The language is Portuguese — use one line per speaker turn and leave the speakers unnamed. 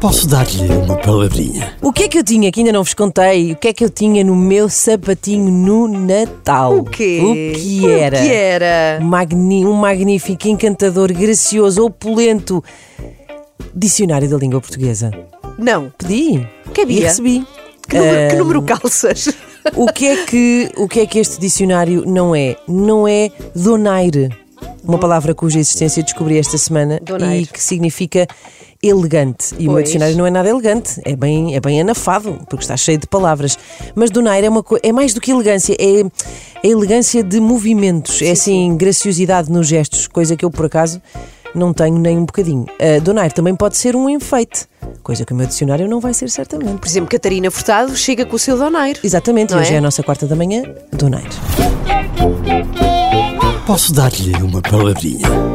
Posso dar-lhe uma palavrinha?
O que é que eu tinha que ainda não vos contei? O que é que eu tinha no meu sapatinho no Natal?
O quê?
O que era?
O que é? era?
Magni- um magnífico, encantador, gracioso, opulento dicionário da língua portuguesa.
Não.
Pedi
Que é, havia?
e recebi.
Que número, que número calças?
O que é que o que é que este dicionário não é? Não é donaire, uma palavra cuja existência descobri esta semana
Donaire.
e que significa elegante. E o meu
Pois.
dicionário não é nada elegante, é bem é bem anafado porque está cheio de palavras. Mas donaire é uma co- é mais do que elegância, é é elegância de movimentos, é assim graciosidade nos gestos, coisa que eu por acaso não tenho nem um bocadinho. Ah, donaire também pode ser um enfeite, coisa que o meu dicionário não vai ser certamente.
Por exemplo, Catarina Furtado chega com o seu doneiro.
Exatamente, e
Não
hoje
é?
é a nossa quarta da manhã, donaire.
Posso dar-lhe uma palavrinha?